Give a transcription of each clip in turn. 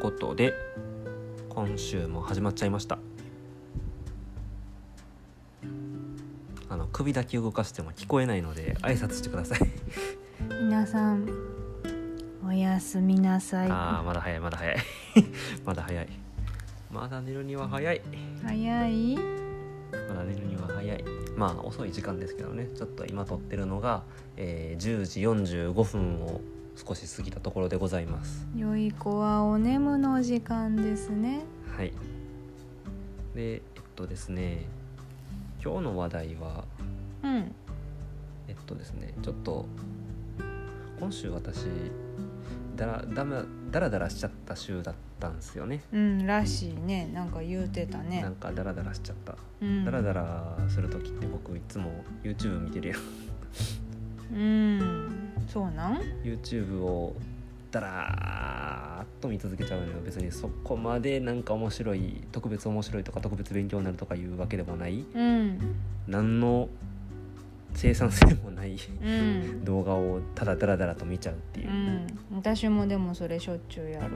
ことで今週も始まっちゃいましたあの首だけ動かしても聞こえないので挨拶してください皆さんおやすみなさいああまだ早いまだ早い まだ早いまだ寝るには早い早いまだ寝るには早いまあ遅い時間ですけどねちょっと今撮ってるのが、えー10時45分を少し過ぎたところでございます良い子はお眠の時間ですねはい。で、えっとですね、今日の話題は、うんえっとですね、ちょっと、今週私、だらだらだらだらしちゃった週だったんですよね。うんらしいねなんか言うてたねなんかだらだらしちゃった。うんだらだらする時って僕いつも YouTube 見てるよ。うんそうなん YouTube をだらーっと見続けちゃうのは別にそこまでなんか面白い特別面白いとか特別勉強になるとかいうわけでもないうん何の生産性もないうん動画をただダラダラと見ちゃうっていうう、ん私もでもそれしょっちゅうやる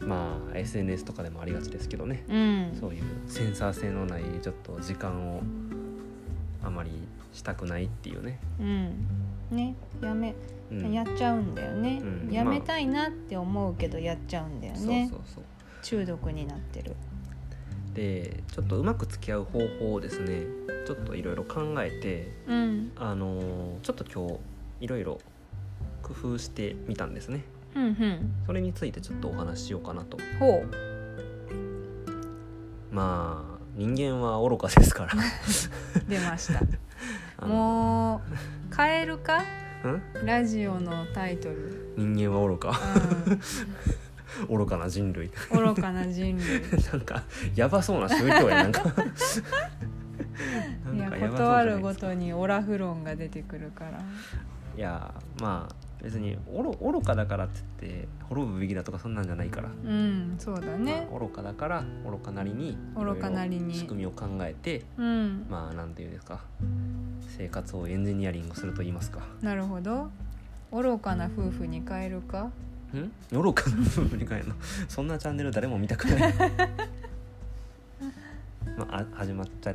うんまあ SNS とかでもありがちですけどねうんそういうセンサー性のないちょっと時間をあまりしたくないっていうね、うんねやめうん、やっちゃうんだよねうんやめたいなって思うけどやっちゃうんだよねそうそうそう中毒になってるでちょっとうまく付き合う方法をですねちょっといろいろ考えてうんあのーちょっと今日いろいろ工夫してみたんですねうんうんそれについてちょっとお話ししようかなとほうまあ人間は愚かです から出ましたあのもう変えるかんラジオのタイト ル、人間は愚かう愚かな人類ん、愚かな人類なんかやばそうな宗教やなんかいやなんかばそうじ断ゃないるごとにオラフロンが出てくるからいやまあ別に愚愚かだからって言って滅ぶべきだとかそんなんじゃないから、うんそうだねまあ愚かだから愚かなりに愚かなりにいろいろ仕組みを考えてうん、まあなんていうんですか生活をエンジニアリングすると言いますかなるほど愚かな夫婦に変えるかん愚かな夫婦に変えるのそんなチ ャンネル誰も見たく ないまああ始まっちゃ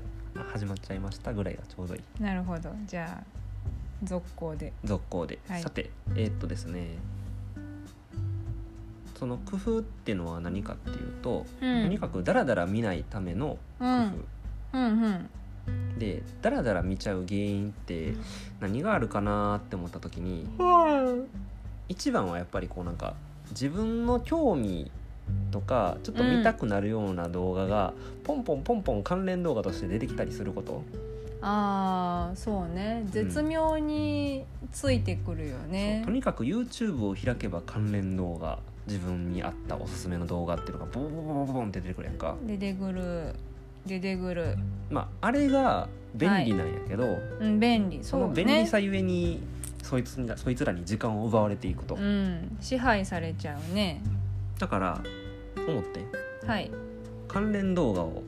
始まっちゃいましたぐらいがちょうどいいなるほどじゃあ続行で続行で、はいさてえーっとですねその工夫っていうのは何かっていうと、うんとにかくダラダラ見ないためのう工夫、んうんうんでダラダラ見ちゃう原因って何があるかなって思った時にうん一番はやっぱりこうなんか自分の興味とかちょっと見たくなるような動画がポンポンポンポン関連動画として出てきたりすること、ああそうね絶妙についてくるよねそうとにかく YouTube を開けば関連動画自分に合ったおすすめの動画っていうのがボンボンボンボンボンって出てくるやんか出てくる出てくるまああれが便利なんやけど、うん便利そそうのね便利さゆえにそいつにそいつらに時間を奪われていくと、うん支配されちゃうねだから思ってはい関連動画を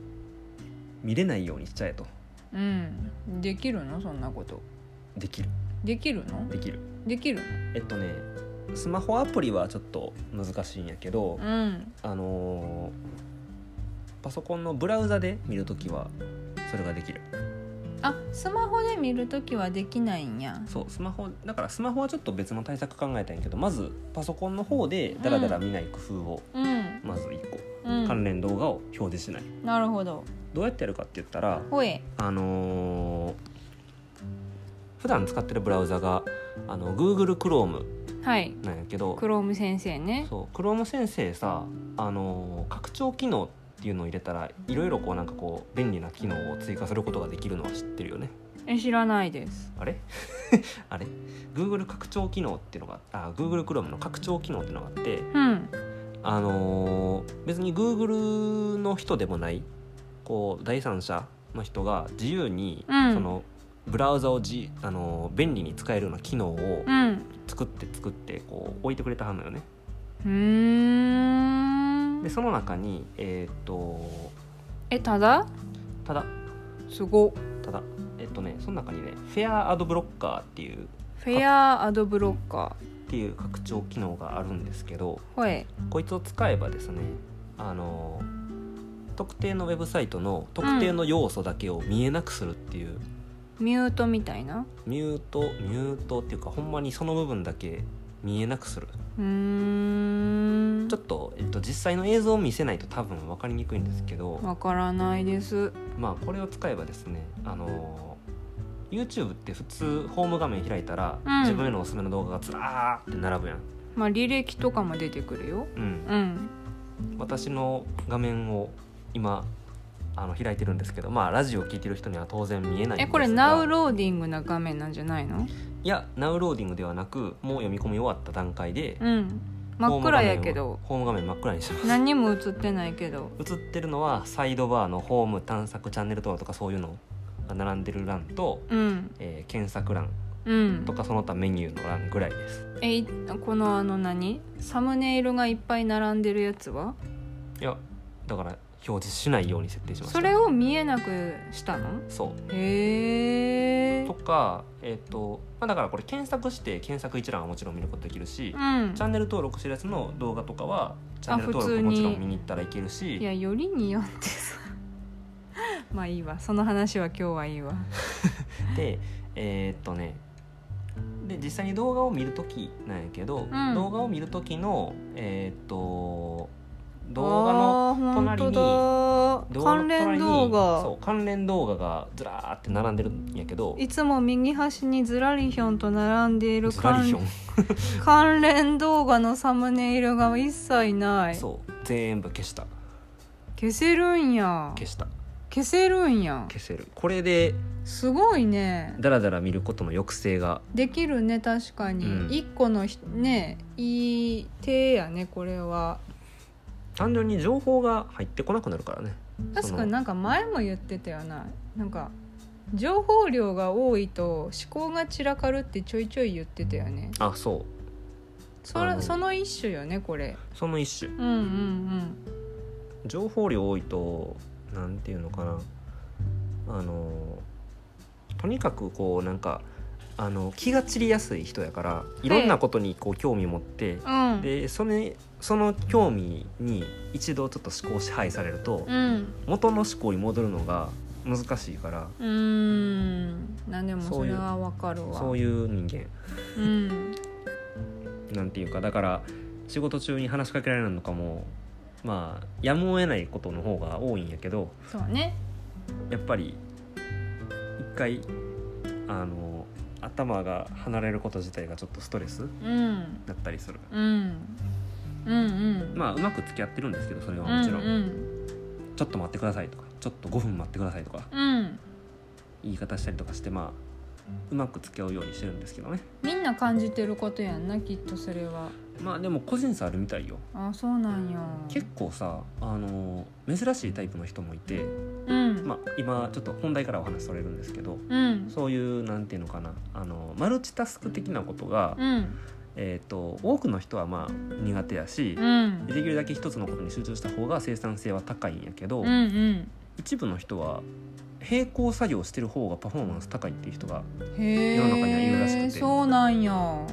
見れないようにしちゃえとうんできるのそんなことできるできるのできるできるえっとねスマホアプリはちょっと難しいんやけど、のうんあのーパソコンのブラウザで見るときはそれができるあスマホで見るときはできないんやそうスマホだからスマホはちょっと別の対策考えたんやけどまずパソコンの方でダラダラ見ない工夫を、うんまず1個、う関ん連動画を表示しないなるほどどうやってやるかって言ったらほえあのー普段使ってるブラウザがあの Google Chrome はいなんやけどクローム先生ねそう Chrome 先生さあのー拡張機能っていうのを入れたらいろいろこうなんかこう便利な機能を追加することができるのは知ってるよねえ知らないですあれ あれ Google 拡張機能っていうのがあ Google Chrome の拡張機能っていうのがあってうんあのー別に Google の人でもないこう第三者の人が自由に、うんそのブラウザをじ、あのー便利に使えるような機能をうん作って作ってこう置いてくれたはんのよね。うーでんその中にえーっとえただただすごただえっとねその中にねフェアアドブロッカーっていうフェアアドブロッカっていう拡張機能があるんですけどほいこいつを使えばですねあの特定のウェブサイトの特定の要素だけを見えなくするっていう、ミュートみたいなミュートミュートっていうかほんまにその部分だけ見えなくするうーんちょっと、えっと、実際の映像を見せないと多分分かりにくいんですけど、わからないですまあこれを使えばですねあの YouTube って普通ホーム画面開いたら、うん自分へのおすすめの動画がずらーって並ぶやん、まあ履歴とかも出てくるようん、うん私の画面を今あの開いてるんですけどまあラジオ聞いてる人には当然見えないんですがえこれナウローディングな画面なんじゃないのいやナウローディングではなくもう読み込み終わった段階で、うん真っ暗やけどホーム画面をホーム画面真っ暗にしてます何も映ってないけど映ってるのはサイドバーのホーム探索チャンネル登録とかそういうのが並んでる欄と、うんえー検索欄うんとかその他メニューの欄ぐらいですえいこのあの何サムネイルがいっぱい並んでるやつはいやだから表示しないように設定しましたそれを見えなくしたのそうへえとか、えっとまあ、だからこれ検索して検索一覧はもちろん見ることできるし、うんチャンネル登録してるやつの動画とかはチャンネル登録ももちろん見に行ったらいけるいしやよりによってさ まあいいわその話は今日はいいわでえーっとねで実際に動画を見るときなんやけど、うん動画を見るときのえーっと動画のあー隣に本当動だ画の隣関連にそ動画う関連動画がずらーって並んでるんやけどいつも右端にずらりひょんと並んでいるずらりひょん関関連動画のサムネイルが一切ないそう全部消した消せるんや消した消せるんや消せるこれですごいねダラダラ見ることの抑制ができるね確かに、うん一個のひねいい手やねこれは単純に情報が入ってこなくなるからね確かになんか前も言ってたよななんか情報量が多いと思考が散らかるってちょいちょい言ってたよねあそうそあれのその一種よねこれその一種うんうん情報量多いとなんていうのかなあのとにかくこうなんかあの気が散りやすい人やからいろんなことにこう興味持ってうんうんでそれその興味に一度ちょっと思考支配されるとうん元の思考に戻るのが難しいからうーんなんでもそそういうれはわかるわそういう人間うんなんていうかだから仕事中に話しかけられるのかもまあやむを得ないことの方が多いんやけどそうねやっぱり一回あの頭が離れること自体がちょっとストレスうんだったりするうんうんうんまあうまく付き合ってるんですけどそれはあもちろん、うんちょっと待ってくださいとかちょっと5分待ってくださいとかうん、うん、言い方したりとかしてまあうまく付き合うようにしてるんですけどねみんな感じてることやんなきっとそれはまあでも個人差あるみたいよあそうなんや結構さあの珍しいタイプの人もいて、うん、まあ、今ちょっと本題からお話それるんですけどうんそういうなんていうのかなあのマルチタスク的なことが、うんえー、と多くの人はまあ苦手やしう、んできるだけ一つのことに集中した方が生産性は高いんやけど、うんうん一部の人は並行作業してる方がパフォーマンス高いっていう人がへえ世の中には言うらしくてそうなんや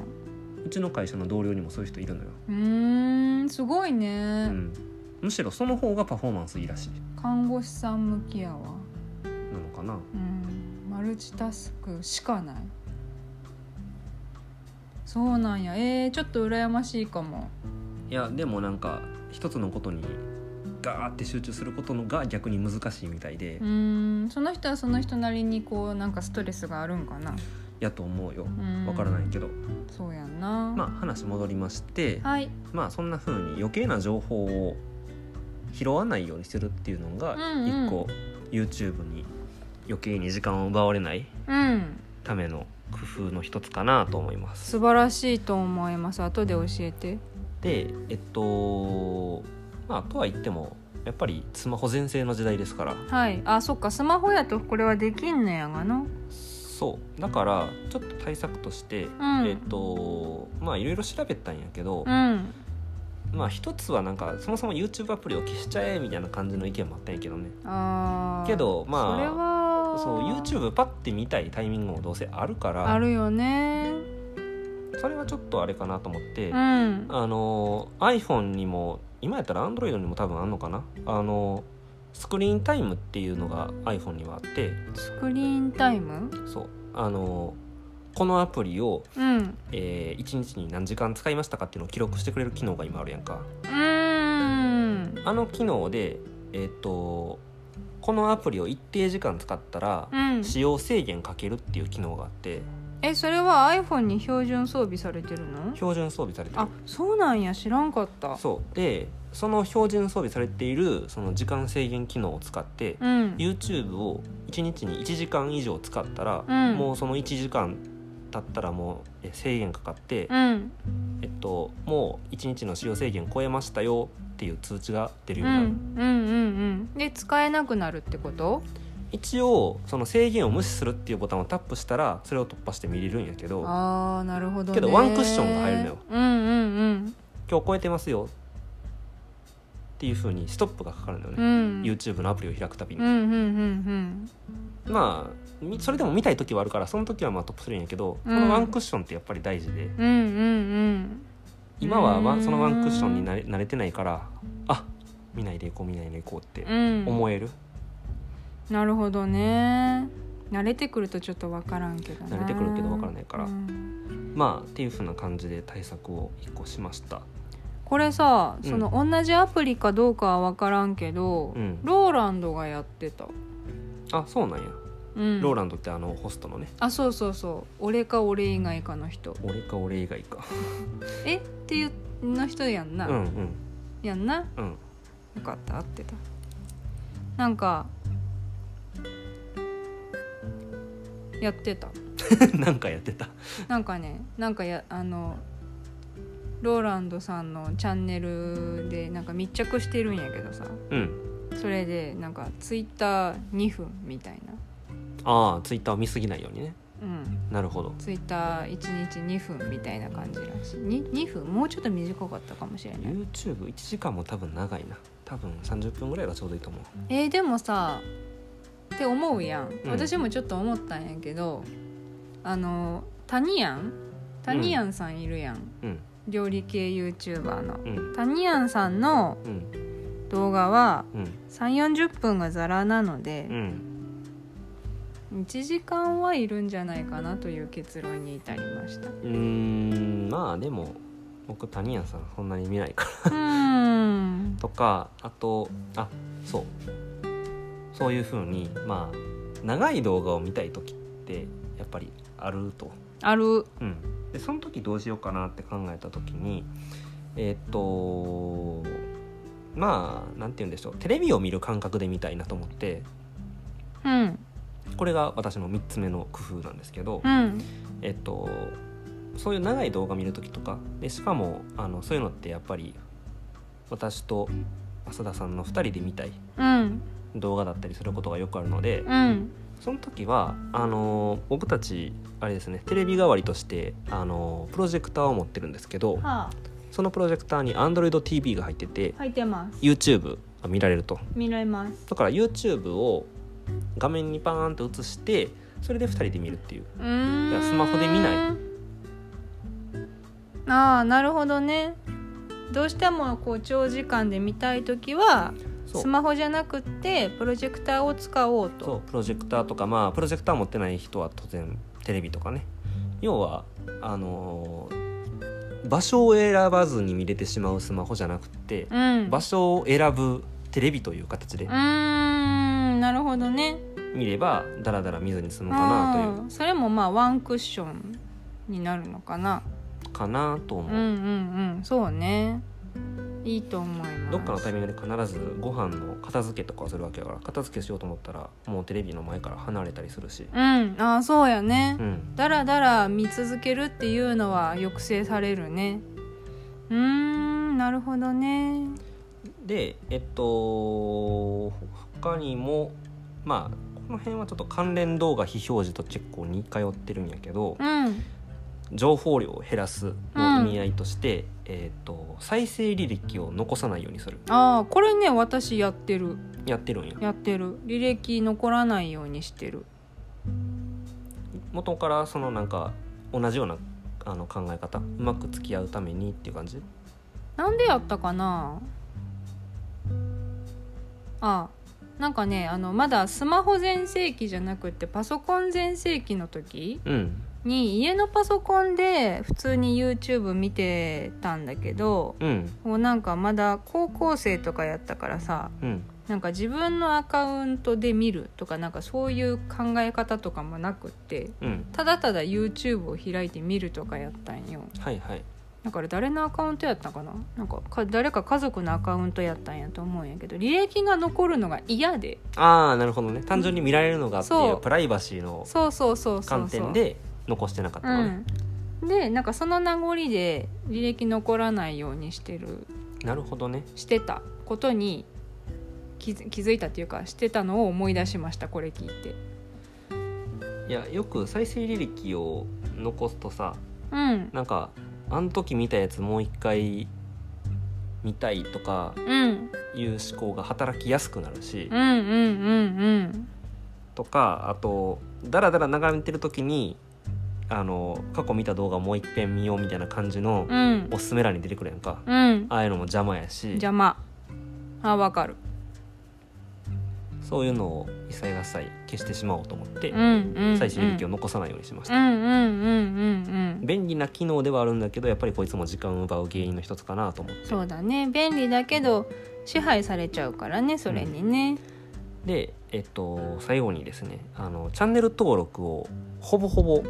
うちの会社の同僚にもそういう人いるのよ、うーんすごいねう、ん、むしろその方がパフォーマンスいいらしい看護師さん向きやわなのかなうんマルチタスクしかないそうなんやえー、ちょっと羨ましいかもいやでもなんか一つのことにガーって集中することのが逆に難しいみたいで、うーんその人はその人なりにこうなんかストレスがあるんかなやと思うようんわからないけど、そうやんなまあ話戻りまして、はいまあそんな風に余計な情報を拾わないようにするっていうのがうんうん一個 YouTube に余計に時間を奪われないうんための工夫の一つかなと思います。素晴らしいと思います後で教えてでえっとまあとは言ってもやっぱりスマホ全盛の時代ですからはいあそっかスマホやとこれはできんのやがなそうだからちょっと対策として、んえっとまあいろいろ調べたんやけど、うんまあ一つはなんかそもそも YouTube アプリを消しちゃえみたいな感じの意見もあったんやけどね。あーけどまあそれはそう YouTube パッて見たいタイミングもどうせあるかあらるよねそれはちょっとあれかなと思って、うんあの iPhone にも今やったら Android にも多分あんのかなあのスクリーンタイムっていうのが iPhone にはあってスクリーンタイムそうあのこのアプリを、うんうえ1日に何時間使いましたかっていうのを記録してくれる機能が今あるやんかーんあの機能でえっ、とこのアプリを一定時間使ったらうん使用制限かけるっていう機能があってえそれは iPhone に標準装備されてるの標準装備されてるあそうなんや知らんかったそうでその標準装備されているその時間制限機能を使ってうん YouTube を1日に1時間以上使ったら、うんもうその1時間経ったらもうえ制限かかって、うんえっと、もう1日の使用制限超えましたよっていう通知が出るうようになる、んうんうんうんで使えなくなるってこと一応その制限を無視するっていうボタンをタップしたらそれを突破して見れるんやけど今あーなるほど、ね、けどワンクッションが入るのようんうん日超えてますよっていうふうにストップがかかるんだようんうね、ん YouTube のアプリを開くたびうに、んうんうんまあみそれでも見たい時はあるからその時はまあトップするんやけど、うんこのワンクッションってやっぱり大事でうんうんうん今はうわんそのワンクッションに慣れ慣れてないからあ見ないでいこう見ないでいこうってうんうん思える、なるほどね慣れてくるとちょっと分からんけどな慣れてくるけど分からないからうんまあっていうふうな感じで対策を一個しましたこれさうんその同じアプリかどうかは分からんけど、うんローランドがやってた、あそうなんや、うん、ローンランドってあのホストのねあそうそうそう俺か俺以外かの人俺か俺以外かえっていうの人やんな、うんやんなうん うんよかった合ってたなんかやってたなんかやってたなんかねなんかやあのローランドさんのチャンネルでなんか密着してるんやけどさうんそれでなんかツイッター2分みたいなああツイッターを見すぎないようにねうんなるほどツイッター1日2分みたいな感じらしい 2, 2分もうちょっと短かったかもしれない YouTube1 時間も多分長いな多分30分ぐらいがちょうどいいと思うえーでもさって思うやん、うん私もちょっと思ったんやけどあのタニヤンタニヤンさんいるやん、うん料理系 YouTuber のうんタニヤンさんのうん動画はうん3 4 0分がザラなのでう、ん1時間はいるんじゃないかなという結論に至りましたううーんまあでも僕谷谷さんそんなに見ないからーんとかあとあそうそういうふうにまあ長い動画を見たい時ってやっぱりあるとあるうん、でその時どうしようかなって考えた時にえーっとまあなんて言うんでしょうテレビを見る感覚で見たいなと思ってうんこれが私の3つ目の工夫なんですけど、うんえっとそういう長い動画見る時とかでしかもあのそういうのってやっぱり私と浅田さんの2人で見たいうん動画だったりすることがよくあるのでうんその時はあの僕たちあれですねテレビ代わりとしてあのプロジェクターを持ってるんですけどはあそのプロジェクターに AndroidTV が入ってて入ってます YouTube が見られると見られますだから YouTube を画面にパーンと映してそれで2人で見るっていううーんいやスマホで見ないああなるほどねどうしてもこう長時間で見たい時はそうスマホじゃなくってプロジェクターを使おうそとうプロジェクターとかまあプロジェクター持ってない人は当然テレビとかね要はあのー場所を選ばずに見れてしまうスマホじゃなくてう、ん、場所を選ぶテレビという形でうーんなるほどね見ればダラダラ見ずに済むかなといううんそれもまあワンクッションになるのかなかなとう思んう、うんうんそうねいいと思いますどっかのタイミングで必ずご飯の片付けとかをするわけだから片付けしようと思ったらもうテレビの前から離れたりするし、うんああそうやね、うん、だらだら見続けるっていうのは抑制されるねうーんなるほどねでえっと他にもまあこの辺はちょっと関連動画非表示と結構似通ってるんやけどうん情報量を減らすの意味合いとして、えっと再生履歴を残さないようにするああこれね私やってるやってるんややってる履歴残らないようにしてる元からそのなんか同じようなあの考え方うまく付き合うためにっていう感じなんでやったかなあなんかねあのまだスマホ全盛期じゃなくてパソコン全盛期の時うんに家のパソコンで普通に YouTube 見てたんだけどうんもうなんかまだ高校生とかやったからさうんなんか自分のアカウントで見るとかなんかそういう考え方とかもなくってうんただただ YouTube を開いて見るとかやったんよはいはいだから誰のアカウントやったかななんかか誰か家族のアカウントやったんやと思うんやけど履歴が残るのが嫌でああなるほどね単純に見られるのがっていそううプライバシーのそうそうそうそうそう観点で残してなかったのねうん、でなんかその名残で履歴残らないようにしてるなるほどねしてたことに気づ気づいたっていうかしてたのを思い出しましたこれ聞いていやよく再生履歴を残すとさうんなんかあの時見たやつもう一回見たいとかうんいう思考が働きやすくなるし、うんうんうんうんとかあとだらだら眺めてる時にあの過去見た動画もう一遍見ようみたいな感じのうんおすすめ欄に出てくるやんか、うんああいうのも邪魔やし邪魔あわかるそういうのを一切合切消してしまおうと思ってうんうんうん最終履歴を残さないようにしましうた、んうんうんうんうん便利な機能ではあるんだけどやっぱりこいつも時間を奪う原因の一つかなと思ってそうだね便利だけど支配されちゃうからねそれにね、で、えっと、最後にですねあのチャンネル登録をほぼほぼ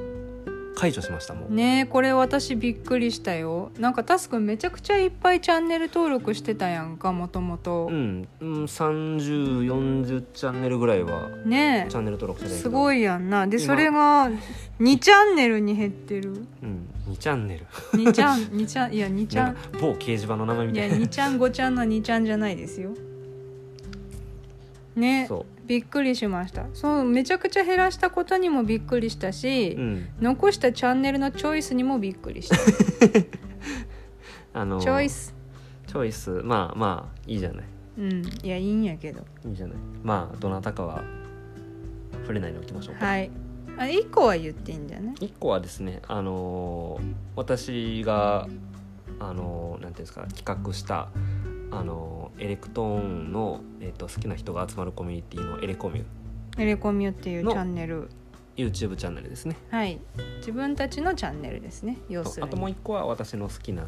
解除しましたもう、ねえこれ私びっくりしたよなんかタスくんめちゃくちゃいっぱいチャンネル登録してたやんかもともとうん、うん、3040チャンネルぐらいはねチャンネル登録してえたけどすごいやんなで今それが2チャンネルに減ってるうん、2チャンネル2チャン2チャ ンいや2チャなンんか某掲示板の名前みいたやいな2ちゃん5ちゃんの2ちゃんじゃないですよね そびっくりしましたそうめちゃくちゃ減らしたことにもびっくりしたし、う、うん、残したチャンネルのチョイスにもびっくりしたあのチョイスチョイスまあまあいいじゃないうんいやいいんやけどいいじゃないまあどなたかは触れないでおきましょうか、はいあ1個は言っていいんじゃない一個はですねあのー私があのーなんていうんですか企画したあのーエレクトーンの、えっと好きな人が集まるコミュニティのエレコミュエレコミュっていうチのャンネル YouTube チャンネルですねはい自分たちのチャンネルですね要とするあともうに一個は私の好きな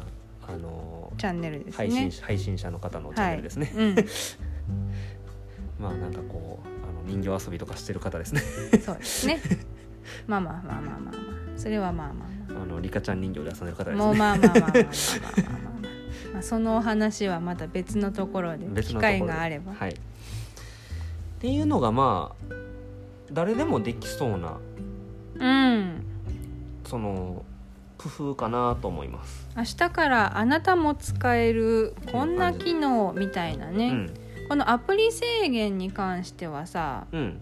あのーチャンネルです配信ね者配信者の方のチャンネルですね、うん、まあなんかこうあの人形遊びとかしてる方です ねそうですねまあまあまあまあまあまあそれはまあまあまああのリカちゃん人形で遊んでる方ですもうねまあまあまあまあまあまあまあまあまあ、まあ、そのお話はまた別のところで 別機のところで会があれば、はいっていうのがまあ誰でもできそうなうんその工夫かなと思います、明日からあなたも使えるこんなっていう感じ機能みたいなうね、んこのアプリ制限に関してはさうん、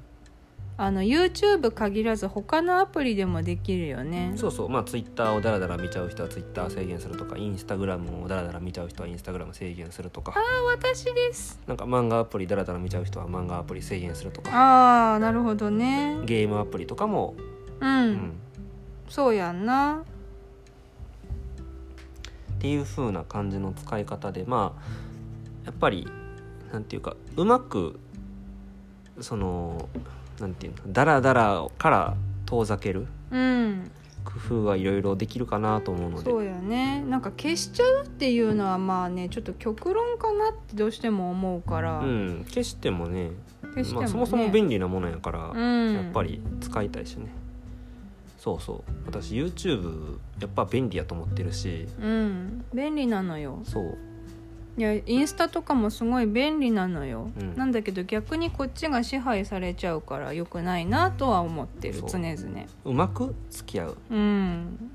あの YouTube 限らず他のアプリでもできるよねそうそうまあツイッターをダラダラ見ちゃう人はツイッター制限するとかインスタグラムをダラダラ見ちゃう人はインスタグラム制限するとか私ですなんか漫画アプリダラダラ見ちゃう人は漫画アプリ制限するとかああなるほどねゲームアプリとかも、うん、うん、そうやんなっていう風な感じの使い方でまあやっぱりなんていうかうまくそのなんていうのダラダラから遠ざけるうん工夫はいろいろできるかなと思うのでそうやねなんか消しちゃうっていうのはまあねちょっと極論かなってどうしても思うから、うん、消してもね消してもね、まあ、そもそも便利なものやから、うん、やっぱり使いたいしねそうそう私 YouTube やっぱ便利やと思ってるしうん便利なのよそういやインスタとかもすごい便利なのよ、うんなんだけど逆にこっちが支配されちゃうから良くないなとは思ってるそう常々うまく付き合ううん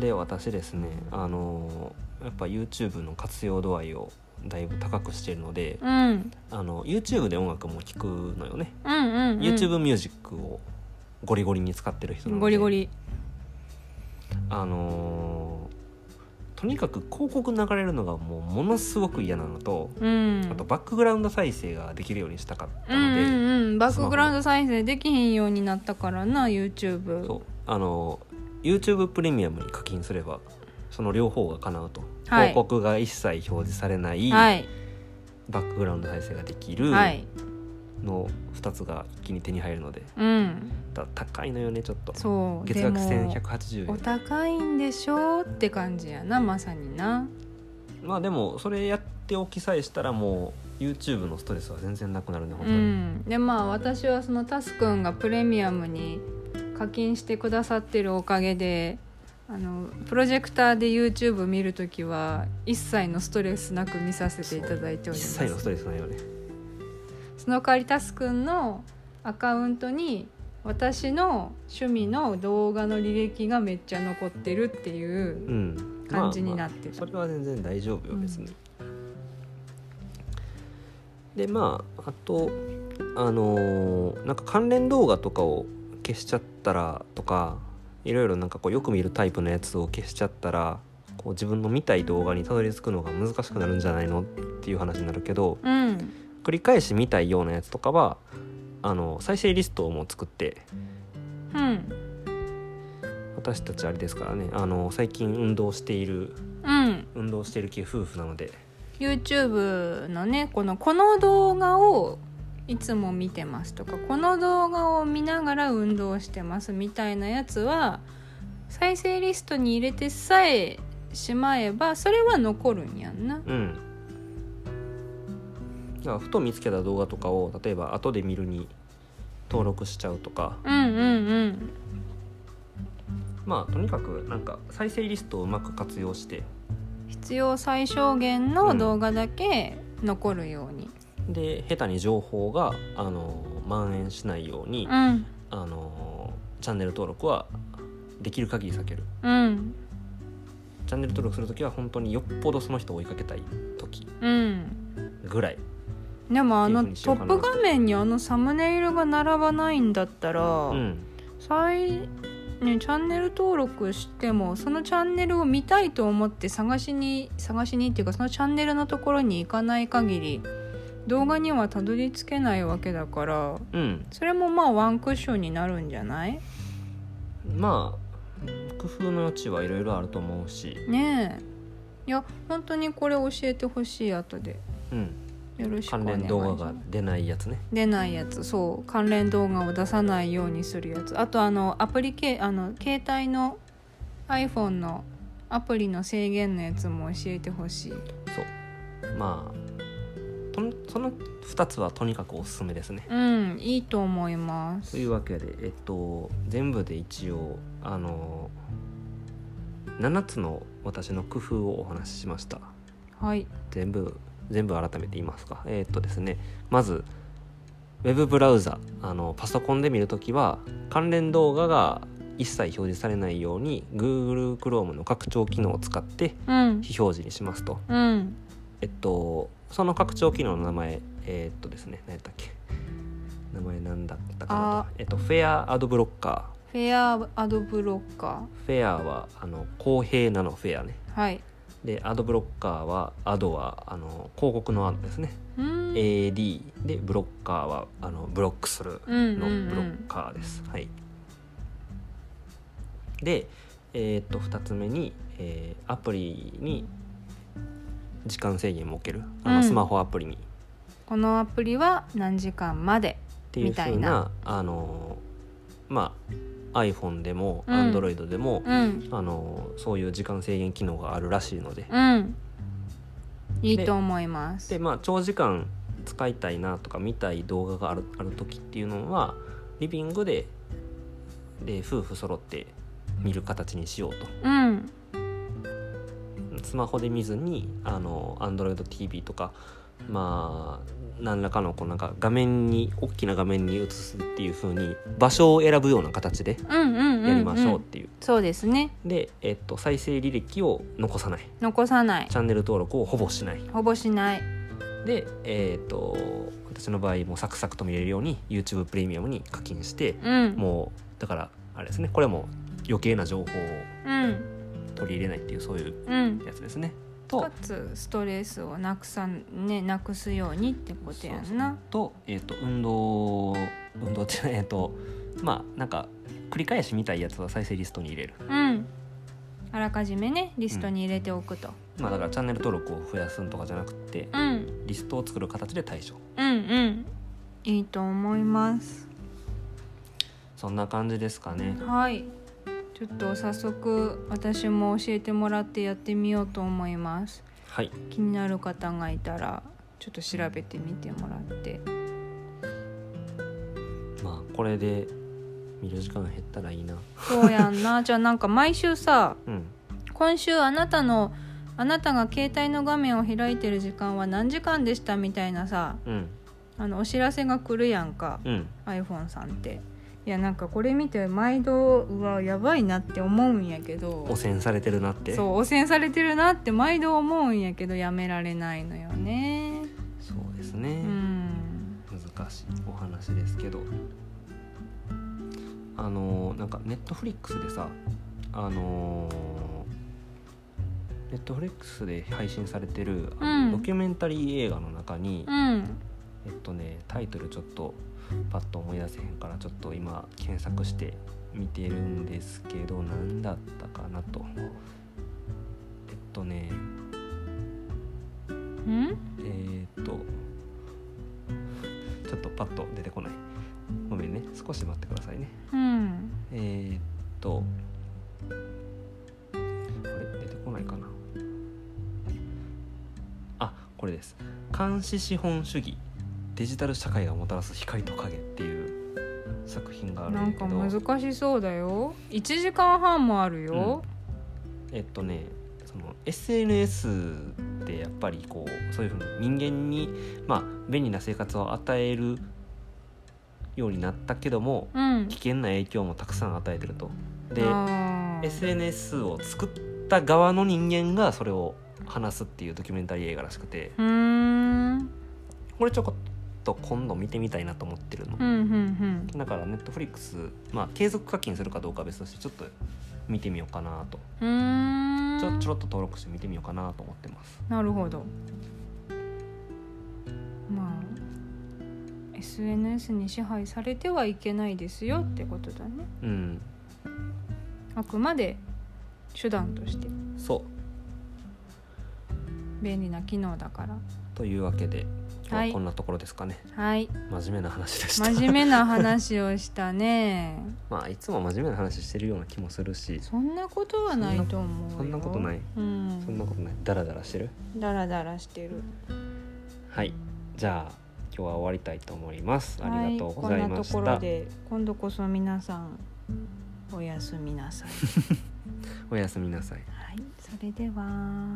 で私ですねあのーやっぱ YouTube の活用度合いをだいぶ高くしてるのでうんうんあの YouTube で音楽も聴くのよね、うんうん、 YouTube ミュージックをゴリゴリに使ってる人なのでゴリゴリあのーとにかく広告流れるのがもうものすごく嫌なのとうんあとバックグラウンド再生ができるようにしたかったうんので、うんうんバックグラウンド再生できへんようになったからな YouTube そうあの YouTube プレミアムに課金すればその両方が叶うと、はい広告が一切表示されない、はいバックグラウンド再生ができるはいの2つが一気に手に入るので、うんだ高いのよねちょっとそう月で額も1180お円高いんでしょうって感じやなまさになまあでもそれやっておきさえしたらもう YouTube のストレスは全然なくなるね本う当に、んでまあ私はそのタスくんがプレミアムに課金してくださってるおかげであのプロジェクターで YouTube 見るときは一切のストレスなく見させていただいており一ます切のストレスないよねその代わりタスくんのアカウントに私の趣味の動画の履歴がめっちゃ残ってるっていううん感じにまなあっまてあた、それは全然大丈夫ようん別に、でまああとあのーなんか関連動画とかを消しちゃったらとかいろいろなんかこうよく見るタイプのやつを消しちゃったらこう自分の見たい動画にたどり着くのが難しくなるんじゃないのっていう話になるけど、うん繰り返し見たいようなやつとかはあの再生リストをもう作ってうん私たちあれですからねあの最近運動しているうん運動している系夫婦なので YouTube のねこのこの動画をいつも見てますとかこの動画を見ながら運動してますみたいなやつは再生リストに入れてさえしまえばそれは残るんやんなうんだからふと見つけた動画とかを例えば後で見るに登録しちゃうとかうんうんうんまあとにかくなんか再生リストをうまく活用して必要最小限の動画だけ残るようにで下手に情報があの蔓延しないようにうんあのチャンネル登録はできる限り避けるうんチャンネル登録するときは本当によっぽどその人を追いかけたい時うんぐらいでもあのっていうふうにしよトうかッなプ画面にあのサムネイルが並ばないんだったら、うん最ねチャンネル登録してもそのチャンネルを見たいと思って探しに探しにっていうかそのチャンネルのところに行かない限り動画にはたどり着けないわけだからうんそれもまあワンクッションになるんじゃないまあ工夫の余地はいろいろあると思うしねえいや本当にこれ教えてほしい後でうんよろしくお関願い連します動画が出ないやつね出ないやつそう関連動画を出さないようにするやつあとあのアプリケあの携帯の iPhone のアプリの制限のやつも教えてほしいそうまあとんその2つはとにかくおすすめですねうんいいと思いまとすいうわけでえっと全部で一応あの7つの私の工夫をお話ししましたはい全部全部改めて言いますかえーっとですねまずウェブブラウザあのパソコンで見るときは関連動画が一切表示されないように Google Chrome の拡張機能を使ってうん非表示にしますとうんえっとその拡張機能の名前えーっとですね何やったっけ名前なんだったかなあとえっとフェアアドブロッカフェアアドブロッカーフェアはあの公平なのフェアねーはいでアドブロッカーはアドはあの広告のアドですねうん AD でブロッカーはあのブロックするうんうんうのブロッんカーです、はいでえーっと2つ目に、えーアプリに時間制限設けるあうのんスマホアプリに、っこのアプリは何時間までていうみふうたないなあのーまあ iPhone でもうん Android でも、うんあのーそういう時間制限機能があるらしいので、うんいいと思いますでまあ長時間使いたいなとか見たい動画があるある時っていうのはリビングでで夫婦揃って見る形にしようとうんスマホで見ずにあの AndroidTV とかまあ何らかのこうなんか画面に大きな画面に映すっていう風に場所を選ぶような形でうんうんうん、うん、やりましょうっていう、そうですねで、えっと、再生履歴を残さない残さないチャンネル登録をほぼしないほぼしないでえっ、と私の場合もサクサクと見れるように YouTube プレミアムに課金してうんもうだからあれですねこれも余計な情報をうん取り入れないっていうそういううんやつですねとかつストレスをなくさんねなくすようにってことやんな と,、えー、と運動運動ってえっ、とまあなんか繰繰り返し見たいやつは再生リストに入れるうんあらかじめねリストに入れておくと、まあだからチャンネル登録を増やすんとかじゃなくてうん、リストを作る形で対処うんうんいいと思いますそんな感じですかねはいちょっと早速私も教えてもらってやってみようと思いますはい気になる方がいたらちょっと調べてみてもら ってまあこれで見る時間が減ったらいいなそうやんなじゃあなんか毎週さうん今週あなたのあなたが携帯の画面を開いてる時間は何時間でしたみたいなさうんあのお知らせが来るやんかうん iPhone さんっていやなんかこれ見て毎度うわやばいなって思うんやけど汚染されてるなってそう汚染されてるなって毎度思うんやけどやめられないのよねそうですうね、ん難しいお話ですけどあのーなんかネットフリックスでさあのネットフリックスで配信されてる、あのうんドキュメンタリー映画の中に、うんえっとねタイトルちょっとパッと思い出せへんからちょっと今検索して見てるんですけど何だったかなとえっとねうんえー、っとちょっとパッと出てこないごめんね少し待ってくださいねうんえー、っとあれ出てこないかなあこれです「監視資本主義デジタル社会がもたらす光と影」っていう作品があるなんんだけかど難しそうだよ1時間半もあるよ、えっとねその SNS ってやっぱりこうそういうふうに人間に、まあ、便利な生活を与えるようになったけどもうん危険な影響もたくさん与えてると。であー SNS を作った側の人間がそれを話すっていうドキュメンタリー映画らしくてうーんこれちょこっと今度見てみたいなと思ってるのうんうんうんだからネットフリックスまあ継続課金するかどうかは別としてちょっと見てみようかなとうーんちょちょろっと登録して見てみようかなと思ってますなるほどまあ SNS に支配されてはいけないですよってことだねうんあくまで手段としてそう便利な機能だからというわけで今は日いはこんなところですかね、はい真面目な話でした真目面目な話をしたね まあいつも真面目な話してるような気もするしそんなことはないと思うよそんなことないうんそんなことないダラダラしてるダラダラしてるはいじゃあ今日は終わりたいと思いますありがとうござはいこんまなしとた、ころで今度こそ皆さんおやすみなさいおやすみなさいはい、それでは。